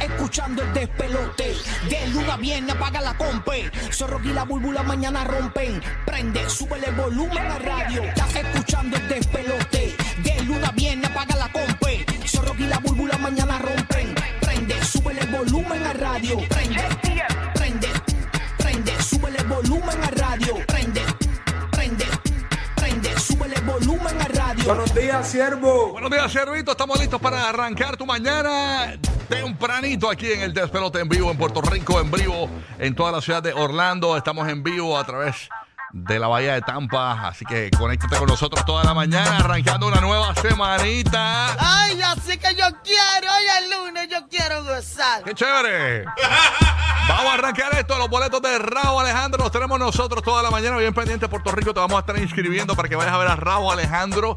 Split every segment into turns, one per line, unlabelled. escuchando el despelote. De luna a viernes apaga la compe. Zorro y la búlbula mañana rompen. Prende, sube el volumen a la radio. Estás escuchando el despelote. De luna a viernes apaga la compe. Zorro y la búlbula mañana rompen. Prende, sube el volumen a radio. Prende, prende, prende, sube el volumen a radio. Prende, prende, prende, sube el volumen a radio.
Buenos días, siervo.
Buenos días, Servito. Estamos listos para arrancar tu mañana tempranito aquí en el Despelote en vivo en Puerto Rico, en vivo en toda la ciudad de Orlando. Estamos en vivo a través de la Bahía de Tampa. Así que conéctate con nosotros toda la mañana, arrancando una nueva semanita.
Ay, así que yo quiero, hoy es lunes, yo quiero gozar.
¡Qué chévere! Vamos a arrancar esto, los boletos de Raúl Alejandro los tenemos nosotros toda la mañana, bien pendiente Puerto Rico, te vamos a estar inscribiendo para que vayas a ver a Raúl Alejandro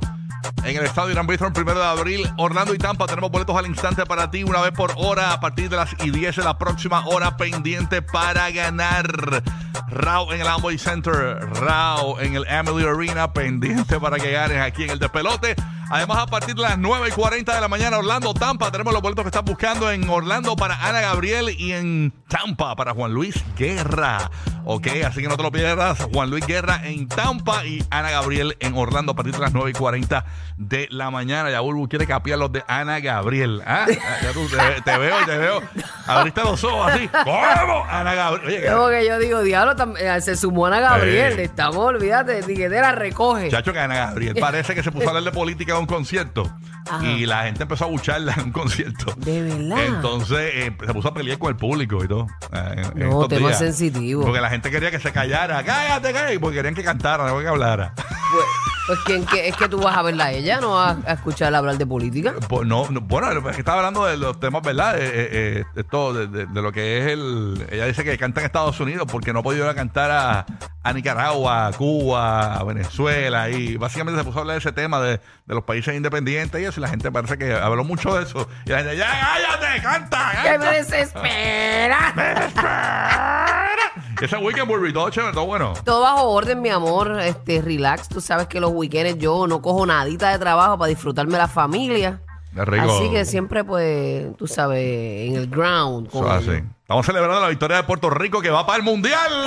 en el estadio Irán Bistro el primero de abril, Orlando y Tampa, tenemos boletos al instante para ti, una vez por hora, a partir de las y 10 de la próxima hora pendiente para ganar. Raúl en el Amway Center, Raúl en el Emily Arena, pendiente para que ganes aquí en el despelote. Además, a partir de las 9 y 40 de la mañana, Orlando, Tampa, tenemos los boletos que están buscando en Orlando para Ana Gabriel y en Tampa para Juan Luis Guerra. Ok, así que no te lo pierdas. Juan Luis Guerra en Tampa y Ana Gabriel en Orlando a partir de las 9 y 40 de la mañana. Ya Bulbu quiere capiar los de Ana Gabriel. ¿ah? Ya, ya tú te, te veo, te veo. Abriste los ojos así. ¿Cómo? Ana Gabriel. Oye, que-
Luego que yo digo, diablo, tam- eh, se sumó Ana Gabriel,
Sí.
estamos, olvídate, tiquetera recoge.
Chacho que Ana Gabriel parece que se puso a hablar de política en un concierto y la gente empezó a bucharla en un concierto.
De verdad.
Entonces eh, se puso a pelear con el público y todo. eh, en- en
No,
estos
tema
días.
sensitivo.
Porque la gente quería que se callara. Cállate, cállate. Porque querían que cantara, no que hablara.
Pues, pues ¿quién, qué- es que tú vas a verla a ella, no vas a escucharla hablar de política.
Pues no, no, bueno, es que estaba hablando de los temas, ¿verdad? Eh, eh, eh, esto de, de- de lo que es el. Ella dice que canta en Estados Unidos porque no ha podido ir a cantar a, a Nicaragua, a Cuba, a Venezuela. Y básicamente se puso a hablar de ese tema de, de los países independientes y eso. Y la gente parece que habló mucho de eso. Y la gente, ya cállate, canta,
¡Que
canta.
me
Ah.
desespera!
Y ese weekend, Burby, todo chévere, todo bueno.
Todo bajo orden, mi amor, este, relax. Tú sabes que los weekends yo no cojo nadita de trabajo para disfrutarme la familia.
Qué rico.
Así que siempre, pues, tú sabes, en el ground.
Eso
con-
es así. Estamos celebrando la victoria de Puerto Rico que va para el Mundial.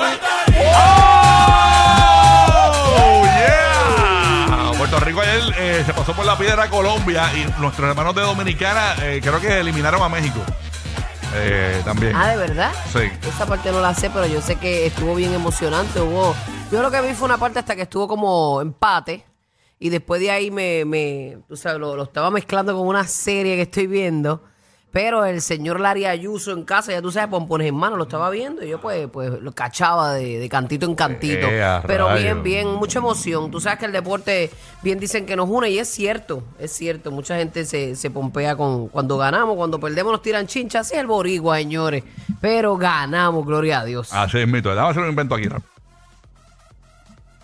¡Oh, yeah! Puerto Rico ayer eh, se pasó por la piedra a Colombia y nuestros hermanos de Dominicana eh, creo que eliminaron a México. Eh, también.
Ah, ¿de verdad?
Sí.
Esa parte no la sé, pero yo sé que estuvo bien emocionante. Hubo, yo lo que vi fue una parte hasta que estuvo como empate. Y después de ahí me, me tú sabes, lo, lo estaba mezclando con una serie que estoy viendo. Pero el señor Larry Ayuso en casa, ya tú sabes, pompones en mano, lo estaba viendo. Y yo pues, pues lo cachaba de, de cantito en cantito.
Eh, a
pero
rayos.
bien, bien, mucha emoción. Tú sabes que el deporte, bien dicen que nos une. Y es cierto, es cierto. Mucha gente se, se pompea con cuando ganamos, cuando perdemos nos tiran chinchas. Así es el boricua, señores. Pero ganamos, gloria a Dios.
Así es, mito. Déjame hacer un invento aquí. rápido.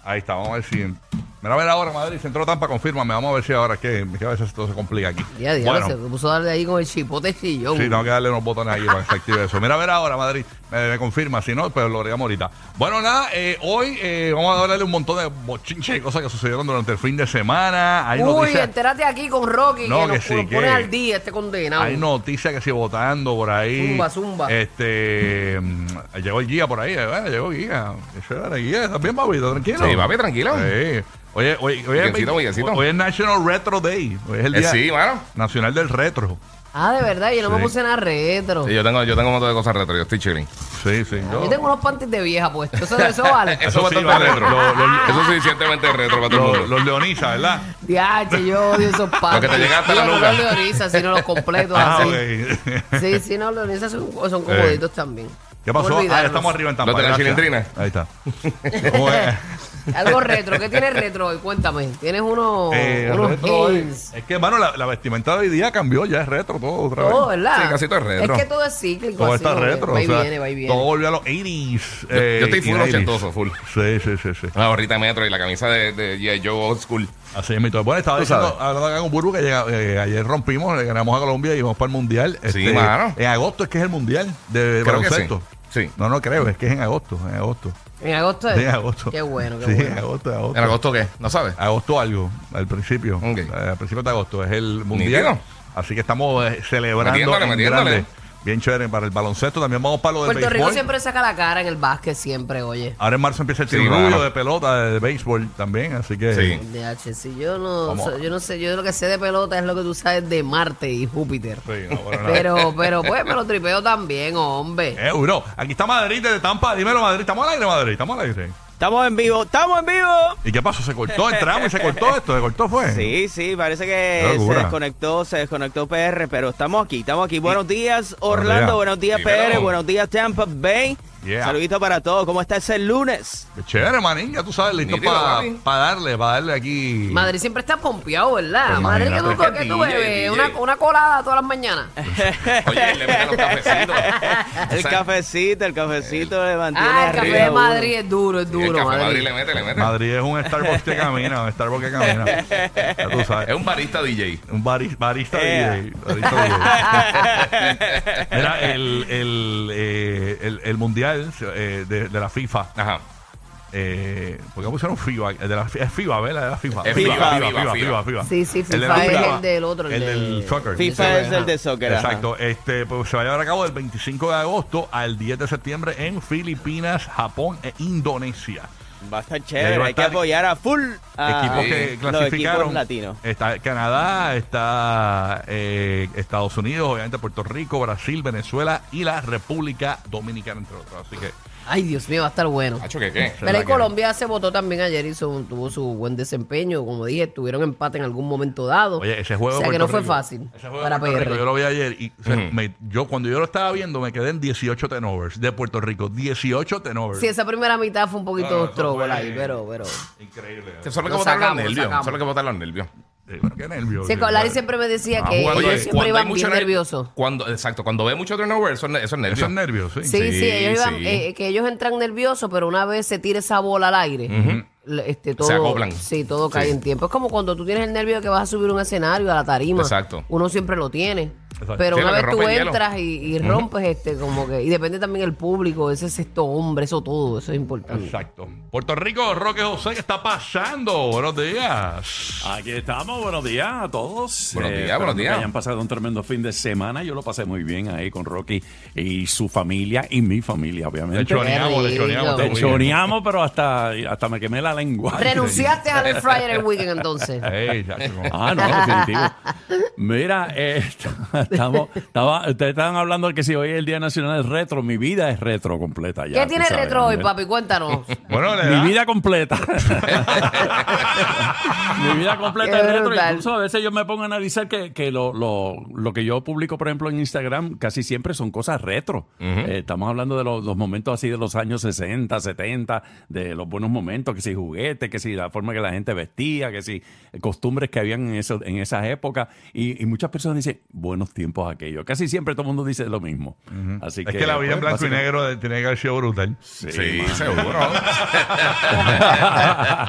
Ahí está, vamos a ver si. Mira, a ver ahora, Madrid. Centro Tampa, confírmame. Vamos a ver si ahora es que, que a veces todo se complica aquí.
Ya, ya
Bueno.
se puso a darle ahí con el chipote chillón.
Sí, tengo que darle unos botones ahí para que se active eso. Mira, a ver ahora, Madrid. Me, me confirma, si no, pero lo agregamos ahorita. Bueno, nada, eh, hoy eh, vamos a hablarle un montón de bochinches y cosas que sucedieron durante el fin de semana. Hay
Uy,
noticias.
entérate aquí con Rocky,
No,
que,
que
nos,
sí,
nos
que-
pone al día este condenado.
Hay noticias que si votando por ahí.
Zumba, zumba.
Este. mm, Llegó el guía por ahí. eh, Bueno, llegó guía. Eso era el guía. ¿Estás bien, papito? Tranquilo.
Sí, papi, tranquilo.
Sí. Oye, oye, oye,
Guiancito,
hoy-
guiancito.
hoy es National Retro Day. Hoy es el
Eh,
día
sí, mano.
nacional del retro.
Ah, de verdad, yo no
Sí.
me puse nada retro.
Sí, yo tengo, yo tengo un montón de cosas retro, yo estoy chilling.
Sí, sí.
Yo tengo unos panties de vieja puestos. Eso, eso vale.
Eso
Eso,
sí,
es bastante
vale.
retro.
Lo- lo-
eso es suficientemente retro para todo
Los,
el mundo.
los leoniza, ¿verdad?
Diache, yo odio esos panties.
que te llega hasta la
Digo,
nuca.
No los leoniza, sino los completos
Ah,
así.
ok.
Sí, sí, no, los leoniza son, son comoditos también.
Eh, ¿Qué pasó?
No
Ah, ya
olvidarnos.
estamos arriba en Tampa.
¿No tenés
gracias.
cilindrina?
Ahí está. ¿Cómo es?
Algo retro. ¿Qué tienes retro hoy? Cuéntame. ¿Tienes unos,
Eh,
unos
retro, eh.
jeans?
Es que, hermano, la, la vestimenta de hoy día cambió, ya es retro todo otra vez.
Todo, ¿verdad?
Sí, casi todo es retro.
Es que todo es cíclico.
Todo
así
está
como que
retro.
Va
o
y
sea,
viene, va y viene.
Todo volvió a los 80s.
Yo- yo estoy
y
full
90s.
ochentoso, full.
Sí, sí, sí, sí.
La gorrita de metro y la camisa de, de G.I. Joe Old School.
Así es, mi todo. Bueno, estaba
Tú
diciendo,
sabes.
hablando acá con Burbu, que llega- eh, ayer rompimos, le ganamos a Colombia y vamos para el Mundial. Este,
Sí, mano.
En agosto es que es el Mundial de
Creo que
baloncesto.
sí. Sí.
No, no creo, es que es en agosto, en agosto.
En agosto.
Sí, en agosto.
Qué bueno, qué
sí, en
bueno.
agosto, en agosto.
¿En agosto qué? ¿No sabes?
Agosto algo, al principio.
Ok.
Eh, al principio de agosto es el mundial.
Nítido.
Así que estamos eh, celebrando.
Metiéndole,
en
metiéndole.
grande. Bien chévere para el baloncesto. También vamos para lo del
Puerto Rico
béisbol.
siempre saca la cara en el básquet, siempre, oye.
Ahora en marzo empieza el
Sí,
triunfo
claro.
de pelota, de béisbol también, así que...
Sí.
DH, si yo no,
Vamos.
so- yo no sé, yo lo que sé de pelota es lo que tú sabes de Marte y Júpiter.
Sí, no, Eh, bueno, nada.
Pero, pero pues me lo tripeo también, hombre.
Euro. Aquí está Madrid desde Tampa. Dímelo, Madrid. Estamos al aire, Madrid. Estamos al aire.
Estamos en vivo, estamos en vivo.
¿Y qué pasó? ¿Se cortó el tramo y se cortó esto? ¿Se cortó fue?
Sí, sí, parece
Eh. Qué
que se
locura.
desconectó, se desconectó PR, pero estamos aquí, estamos aquí. Buenos días,
Buenos
Orlando, buenos días,
Dímelo.
PR, buenos días, Tampa Bay.
Yeah.
Saludito para todos, ¿cómo está ese lunes?
Qué chévere, manín. Ya tú sabes, listo
Nítido,
para
papi.
darle, para darle aquí.
Madrid siempre está pompeado, ¿verdad?
Mm. Pues
Madrid, que tú,
imagínate.
que tú
DJ,
bebes? Una,
DJ.
una colada todas las mañanas.
Oye, le meten los cafecitos.
El cafecito, el cafecito
Eh.
le mantiene
Ah, el café
arriba
de
uno.
Madrid es duro, es
Y el
duro,
café
Madrid.
Madrid le mete, le mete.
Madrid es un Starbucks que camina, un Starbucks que camina. Ya tú sabes.
Es un barista DJ.
Un bari- barista
Ea.
DJ. barista DJ. Mira, el, el, eh, el- el mundial eh, de, de la FIFA.
Ajá.
Eh, ¿Por qué pusieron FIBA? El de la, fi- es FIBA, ¿verdad? De la FIFA.
Es
FIBA,
FIBA, FIBA.
Sí, sí,
de la
FIFA es el del otro, el
El
del-
del soccer.
FIFA es el de soccer. ajá.
Exacto. Este, pues, se va a llevar a cabo del 25 de agosto al 10 de septiembre en Filipinas, Japón e Indonesia.
Va a estar
Y ahí
chévere,
va a
hay que
estar
apoyar a full a
equipos
sí.
que
los
clasificaron.
Ah, equipos latinos.
Está Canadá, está eh, Estados Unidos, obviamente Puerto Rico, Brasil, Venezuela y la República Dominicana, entre otros. Así que
Ay, Dios mío, va a estar bueno.
¿Hacho qué qué?
Pero
la
en
que-
Colombia se votó también ayer y su- tuvo su buen desempeño. Como dije, tuvieron empate en algún momento dado.
Oye, ese juego.
o
de
sea que
Puerto
no fue
Rico-
fácil
ese juego de
para
Puerto
PR.
Rico, yo lo vi ayer y o sea, me- yo cuando yo lo estaba viendo me quedé en 18 turnovers de Puerto Rico. 18 turnovers.
Sí, esa primera mitad fue un
No, no,
poquito
Ah, eso
struggle
fue-
ahí, pero, pero. Sí,
Increíble.
Eso es lo que
Lo
botaron los
sacamos, lo
nervios. Eso
sacamos.
es lo que botaron los
Eh,
nervios.
Sí, pero qué nervios.
Larry siempre me decía
Ah,
que
jugando
ellos
ahí.
siempre iban
hay
bien
mucho ner-
nerviosos.
Cuando, exacto, cuando ve mucho turnover, eso, es ne- eso es nervio.
Esos nervios, sí.
Sí, sí,
Sí,
ellos iban,
sí.
eh, que ellos entran nerviosos, pero una vez se tira esa bola al aire, le- este, todo,
acoplan.
Sí, todo cae
Sí.
en tiempo. Es como cuando tú tienes el nervio de que vas a subir un escenario a la tarima.
Exacto.
Uno siempre lo tiene.
Exacto.
Pero
Sí,
una
lo que
vez tú
rompe el hielo.
entras y, y rompes este, como que. Y depende también el público, ese sexto hombre, eso todo, eso es importante.
Exacto. Puerto Rico, Roque José, ¿qué está pasando? Buenos días.
Aquí estamos, buenos días a todos. Eh,
Buenos días,
esperando
buenos días.
Que hayan pasado un tremendo fin de semana. Yo lo pasé muy bien ahí con Rocky y su familia y mi familia,
Le
obviamente.
choneamos, le
rico.
choneamos. está
Te
Te
muy bien.
choneamos, pero hasta, hasta me quemé la lengua.
Renunciaste al air fryer el weekend entonces.
Ey, chacho, como-
Ah, no, definitivo. Mira, eh, estamos, estaba, ustedes estaban hablando de que si hoy es el Día Nacional del Retro, mi vida es retro completa ya.
¿Qué
tú
tiene
sabes,
retro hoy,
¿no?
papi? Cuéntanos.
Bueno, le da-
Mi vida completa. Mi vida completa
Qué
es retro.
brutal.
Incluso a veces yo me pongo a analizar que, que lo, lo- lo que yo publico, por ejemplo, en Instagram, casi siempre son cosas retro. Eh, estamos hablando de los, los momentos así de los años 60, 70, de los buenos momentos, que si juguetes, que si la forma que la gente vestía, que si costumbres que habían en, eso, en esas épocas. Y, y muchas personas dicen, buenos tiempos aquellos. Casi siempre todo el mundo dice lo mismo. Así
Es que la vida en
pues,
blanco y
básicamente-
negro de- tiene que haber sido brutal.
Sí,
mano.
seguro.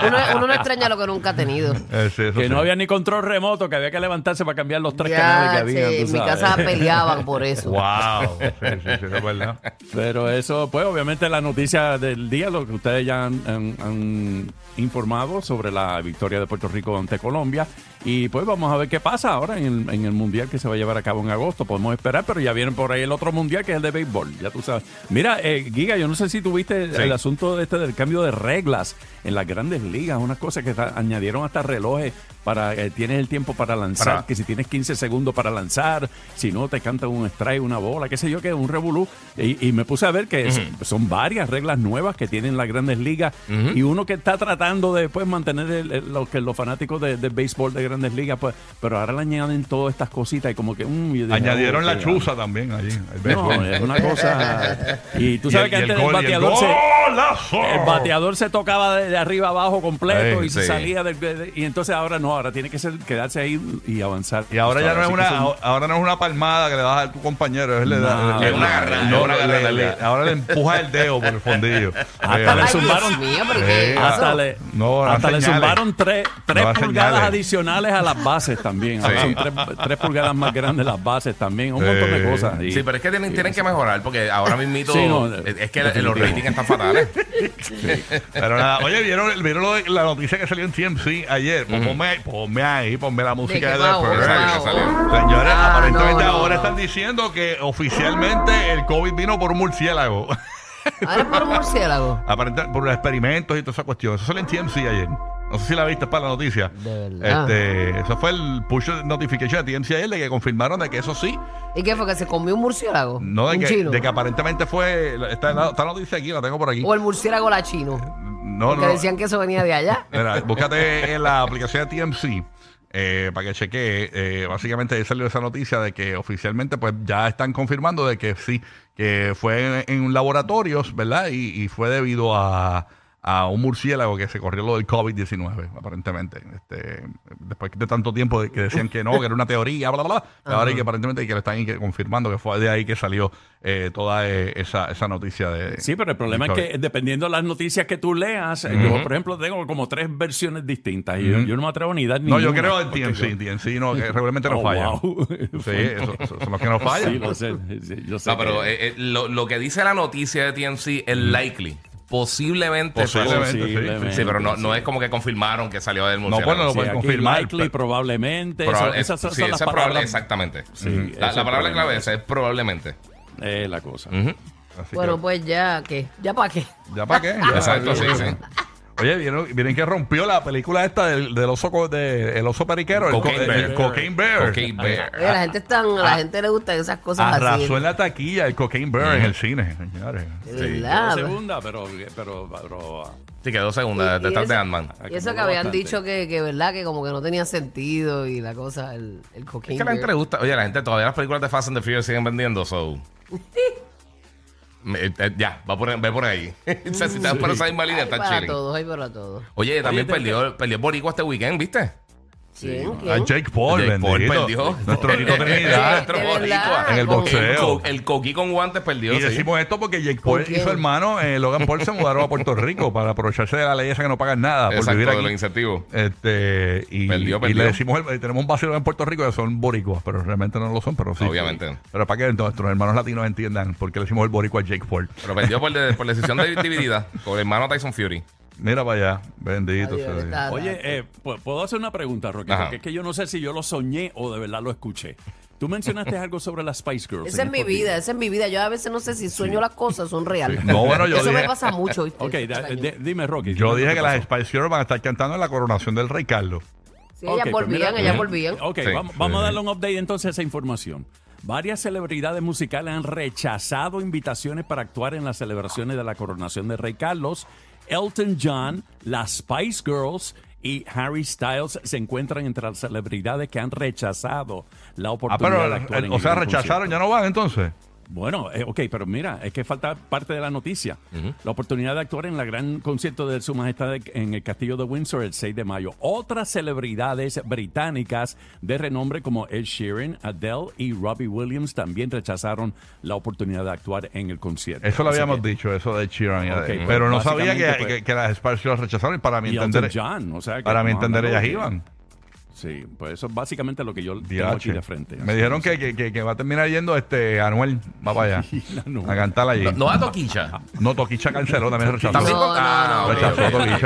Uno, uno no extraña lo que nunca ha tenido.
Eh, sí, eso
Que
sí.
no había ni control remoto, que había que levantarse para cambiar los tres canales que
Ya,
había.
che,
tú
en mi
sabes.
casa peleaban por eso.
Wow. Sí, sí, sí, es verdad.
Pero eso, pues obviamente la noticia del día, lo que ustedes ya han, han- han informado sobre la victoria de Puerto Rico ante Colombia. Y pues vamos a ver qué pasa ahora en el, en el Mundial que se va a llevar a cabo en agosto. Podemos esperar, pero ya viene por ahí el otro Mundial que es el de béisbol, ya tú sabes. Mira, eh, Giga, yo no sé si tuviste
Sí.
el asunto de este del cambio de reglas en las grandes ligas, unas cosas que ta- añadieron hasta relojes para eh, tienes el tiempo para lanzar,
Para-
que si tienes 15 segundos para lanzar, si no te cantan un strike, una bola, qué sé yo, que un revolú. Y, y me puse a ver que es- son varias reglas nuevas que tienen las grandes ligas y uno que está tratando de pues, mantener el- el- lo que los fanáticos de, de béisbol de grandes ligas, pues, pero ahora le añaden todas estas cositas y como que... mm, yo dije,
Añadieron
oh,
la
qué
chuza también allí. el
No,
béisbol.
es una cosa... Y tú
Y
sabes
el-
que
y
antes
el
del
gol, y el
bateador se...
golazo.
El bateador se tocaba de, de arriba abajo completo
Oh. Sí,
y se
sí.
salía del, de- de- y entonces ahora no, ahora tiene que ser, quedarse ahí y avanzar.
Y ahora ya no es
Así que
una,
son-
ahora no es una palmada que le das a tu compañero, es le da-
No,
le-
es una agarrada,
no,
es una agarrada,
le- le-
agarrada.
ahora le empuja el dedo por el fondillo.
Hasta
Eh,
la
Ay, Dios
zumbaron.
mío, pero ¿qué es
Eh,
eso?
hasta le,
No, no
hasta le
señales.
zumbaron tres, tres
No da
pulgadas
señales.
adicionales a las bases también. Ahora
Sí.
Son tres, tres pulgadas más grandes las bases también. Un montón de
Sí.
cosas. Y-
Sí, pero es que tienen, tienen que mejorar porque ahora mismito
Sí, no,
es es que los
definitivo.
ratings están fatales.
Pero nada, oye, ¿vieron, vieron lo de- la noticia que salió en TMC ayer? Pues Ponme, ahí, ponme ahí, ponme la música
qué
del
va,
programa.
va, va.
Señores,
Ah,
aparentemente
no, no,
ahora
no.
están diciendo que oficialmente el COVID vino por un murciélago.
Ahora es por un murciélago.
Aparentemente, por los experimentos y toda esa cuestión. Eso salió en TMC ayer. No sé si la viste para la noticia.
De verdad.
Este, eso fue el push notification de TMC ayer de que confirmaron de que eso sí.
¿Y qué fue? ¿Que se comió un murciélago?
No, de
¿Un
que,
chino?
de que aparentemente fue. Está la, está la noticia aquí, la tengo por aquí.
¿O el murciélago la chino?
No,
Porque
no. no.
decían que eso venía de allá.
Mira, búscate en la aplicación de TMC eh, para que chequee. eh, básicamente ahí salió esa noticia de que oficialmente pues ya están confirmando de que sí, que fue en, en laboratorios, ¿verdad? Y, y fue debido a, a un murciélago que se corrió lo del COVID-19, aparentemente. Este, después de tanto tiempo de que decían que no, que era una teoría, bla, bla, bla. y Ahora hay que aparentemente que lo están ahí que confirmando que fue de ahí que salió eh, toda eh, esa, esa noticia de...
Sí, pero el problema es
del
que dependiendo de las noticias que tú leas, eh, yo por ejemplo tengo como tres versiones distintas y yo, yo no me atrevo ni dar
No,
ninguna.
yo creo en
porque
TMC. TMC no, que regularmente no
Oh,
falla.
wow.
Sí, eso- eso son los que no
Sí,
fallan.
lo sé. sí, yo sé
No, pero
que-
eh, eh, lo, lo que dice la noticia de TMC es likely. Posiblemente.
Posiblemente, sí.
Posiblemente.
Sí, pero no, no es como que confirmaron que salió del museo.
pues, no lo
Sí,
pueden
aquí
confirmar,
likely,
pero-
probablemente.
Proba-
esa- esas son-
sí,
son las
esa es probable-
palabras.
exactamente.
Sí,
Mm.
esa
la,
es
la palabra
probable.
clave esa es probablemente.
Eh, la
Mm.
cosa.
Así que,
Bueno, pues ya, ¿qué? ¿Ya para qué?
¿Ya para qué? Ya.
Exacto, sí, sí.
Oye, ¿vieron, vieron que rompió la película esta del, del oso, co- de, el oso periquero?
Cocaine
el, co- el
Bear.
Cocaine Bear. Eh,
Ok, bear.
Oye, la gente es tan, a la gente le gustan esas cosas así.
Arrasó en la taquilla el Cocaine Bear en el cine, señores.
De verdad.
La segunda, pero, pero, pero, ah,
Sí, quedó
Y-
segunda
y
detrás de
eso-
Ant-Man.
Y eso que
Acumuló
habían
bastante.
dicho que, que verdad, que como que no tenía sentido y la cosa, el, el cocaine.
Es que a la gente le gusta. Oye, a la gente todavía las películas de Fast and the Furious siguen vendiendo, so. Me- eh, eh, ya, va por, ve por ahí. o sea, si estás por esa misma línea,
Hay
está
para
chilling.
todos, hay para todos.
Oye, también
Oye,
perdió, perdió el Boricua este weekend, ¿viste?
¿Quién?
A
¿Quién?
Jake Paul,
Jake Paul
bendito.
perdió.
Nuestro Tito
Sí,
Trinidad.
nuestro de verdad.
Boricua.
En el
Con-
boxeo.
co- El coquí con guantes perdió.
Y
sí.
decimos esto porque Jake Paul
¿Por
y
qué?
su hermano eh, Logan Paul se mudaron a Puerto Rico para aprovecharse de la ley esa que no pagan nada ah, por
Exacto,
vivir
de
aquí.
los incentivos.
Este, y,
Perdió,
y
perdió.
le decimos, el- tenemos un vacío en Puerto Rico que son boricuas, pero realmente no lo son, pero sí.
Obviamente.
Pero para que nuestros hermanos latinos entiendan por qué le decimos el boricua a Jake Paul.
Pero perdió por, de- por decisión de dividida con el hermano Tyson Fury.
Mira para allá, bendito
Adiós,
sea Dios.
está-
Oye, eh, pu- puedo hacer una pregunta, Rocky,
Ajá.
porque es que yo no sé si yo lo soñé o de verdad lo escuché. Tú mencionaste algo sobre las Spice Girls.
Esa
en
es mi
estos días.
vida, esa es mi vida. Yo a veces no sé si sueño las cosas, son reales.
No, bueno, yo
Eso
dije-
me pasa mucho, ¿viste?
Ok, da-
Cañón.
de- dime, Rocky.
Yo
dime
dije
lo
que las
pasó.
Spice Girls van a estar cantando en la coronación del rey Carlos.
Sí, ellas
Ok, pues
volvían,
mira-
eh,
ellas volvían.
oh,
Ok,
Sí.
vamos, vamos a darle un update entonces a esa información. Varias celebridades musicales han rechazado invitaciones para actuar en las celebraciones de la coronación de Rey Carlos. Elton John, las Spice Girls y Harry Styles se encuentran entre las celebridades que han rechazado la
Ah,
oportunidad
pero,
de actuar.
eh,
en
o
el
sea,
gran
rechazaron,
concierto.
ya no van entonces.
Bueno, eh, ok, pero mira, es que falta parte de la noticia. La oportunidad de actuar en la gran concierto de Su Majestad en el Castillo de Windsor el 6 de mayo. Otras celebridades británicas de renombre como Ed Sheeran, Adele y Robbie Williams también rechazaron la oportunidad de actuar en el concierto.
Eso lo
Así
habíamos
que-
dicho, eso de Sheeran. y
Ok,
de-
pues,
pero no sabía que,
básicamente, pues-
que- que las Spice Girls rechazaron y para mi
Y Elton
entender,
John, o sea que
para mi
estamos
entender ellas
hablando de-
iban.
Sí, pues eso es básicamente lo que yo tengo aquí
Diache.
de frente.
Me dijeron que, que- que- que va a terminar yendo este Anuel, va para allá,
Anuel.
a cantar allí.
No, no a Toquicha.
No, Toquicha canceló, Ah, también rechazó.
También
No,
con-
no,
ah,
no,
ok,
rechazó
ok, ok.
Toquicha.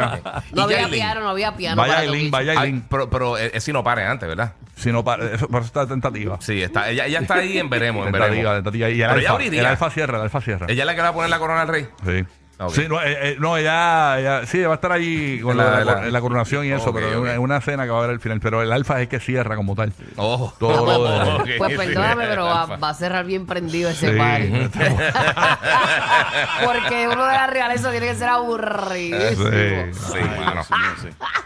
Y
No había
Yailin.
piano, no había piano.
Vaya
para
Aileen,
Toquicha.
vaya
Ay,
Aileen.
pero, pero eh, es es si no paren antes, ¿verdad?
Si no, pa- eso, por eso está tentativa.
Sí, está, ella, ella está ahí en veremos, en
Tentativa,
veremos.
tentativa. Y el
Pero ella
alfa,
abriría.
el alfa cierra, el alfa cierra.
Ella es la que le va a poner la corona al rey.
Sí.
Ok.
Sí, no, eh, eh, no, ella, ella- sí, va a estar allí con
En
la,
la-
la-
la-
la coronación y eso,
Ok,
pero es
ok.
una, es una cena que va a haber al final. Pero el alfa es que cierra como tal.
Oh,
Todo lo de-
Ok,
Pues
sí.
perdóname, pero va, va a cerrar bien prendido ese
Sí.
party. Porque uno de la realeza tiene que ser aburridísimo.
Sí.
Sí, mano.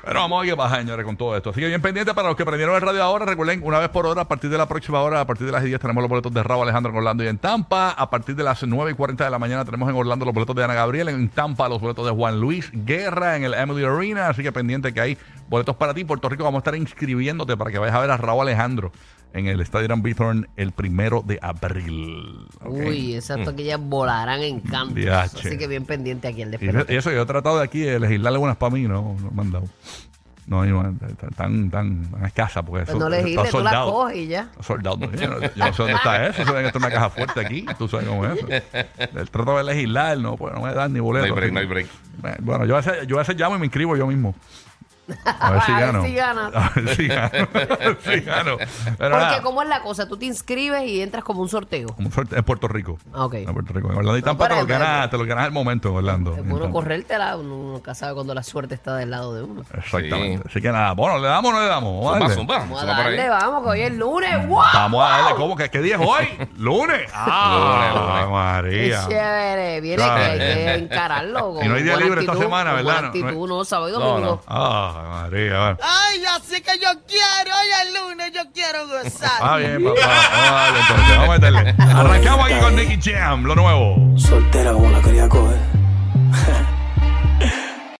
Pero vamos a ver qué pasa, señores, con todo esto. Así que bien pendiente para los que prendieron el radio ahora. Recuerden, una vez por hora, a partir de la próxima hora, a partir de las 10 tenemos los boletos de Raúl Alejandro en Orlando y en Tampa. A partir de las 9 y 40 de la mañana tenemos en Orlando los boletos de Ana Gabriel. En Tampa los boletos de Juan Luis Guerra en el Emily Arena. Así que pendiente que hay boletos para ti. Puerto Rico vamos a estar inscribiéndote para que vayas a ver a Raúl Alejandro en el Estadio Gran Bithorn el primero de abril. ¿ok? Mm.
Uy, esas toquillas volarán en canto.
Diache.
Así que bien pendiente aquí el
Y eso-
despelote.
y eso, yo he tratado de aquí de legislarle unas para mí, no, no me han dado. No, yo, eh, tan, tan, tan escasa porque
Pues
eso
no le
está
giles, tú la
soldado.
coges y ya.
Está Soldado. Yo no, yo no sé dónde está eso. Eso debe estar en una caja fuerte aquí. Tú sabes cómo es eso. El trato de legislar, no, pues, no me dan ni
No
boleto. Eh,
hay break, no hay break.
Bueno, yo a, veces, yo a veces llamo y me inscribo yo mismo. A ver si
A ver
gano.
si ganas.
A ver si gano. A ver si gano. Pero ah. nada,
Porque cómo es la cosa, tú te inscribes y entras como un sorteo.
como suerte, en Puerto Rico.
Ah, ok.
En Puerto Rico. En Orlando y Tampa
para
te los
el-
ganas, te los ganas al momento, en Orlando.
Es
En
bueno
Tampa.
corrértela, uno nunca sabe cuando la suerte está del lado de uno.
Exactamente.
Sí.
Así que nada, bueno, ¿le damos o no le damos? Vamos a
Zumba,
darle.
zumba.
Vamos a
zumba por ahí.
darle, vamos, que hoy es lunes. ¡Wow!
Mm. Vamos a darle. ¿Cómo que qué día es hoy? ¡Lunes! ¡Ah!
¡Qué
María!
chévere! Viene que hay que encararlo. con
Y no hay día
buena
libre esta
actitud,
semana,
con buena
¿verdad? No, no hay-
actitud, no, sábado y
No, no.
domingo.
Ah, María, bueno.
Ay, así que yo quiero, hoy es lunes, yo quiero gozar.
Ah, bien, papá. Vamos a darle, entonces, vamos a meterle. Arrancamos aquí con Nicky Jam, lo nuevo.
Soltera como la quería coger.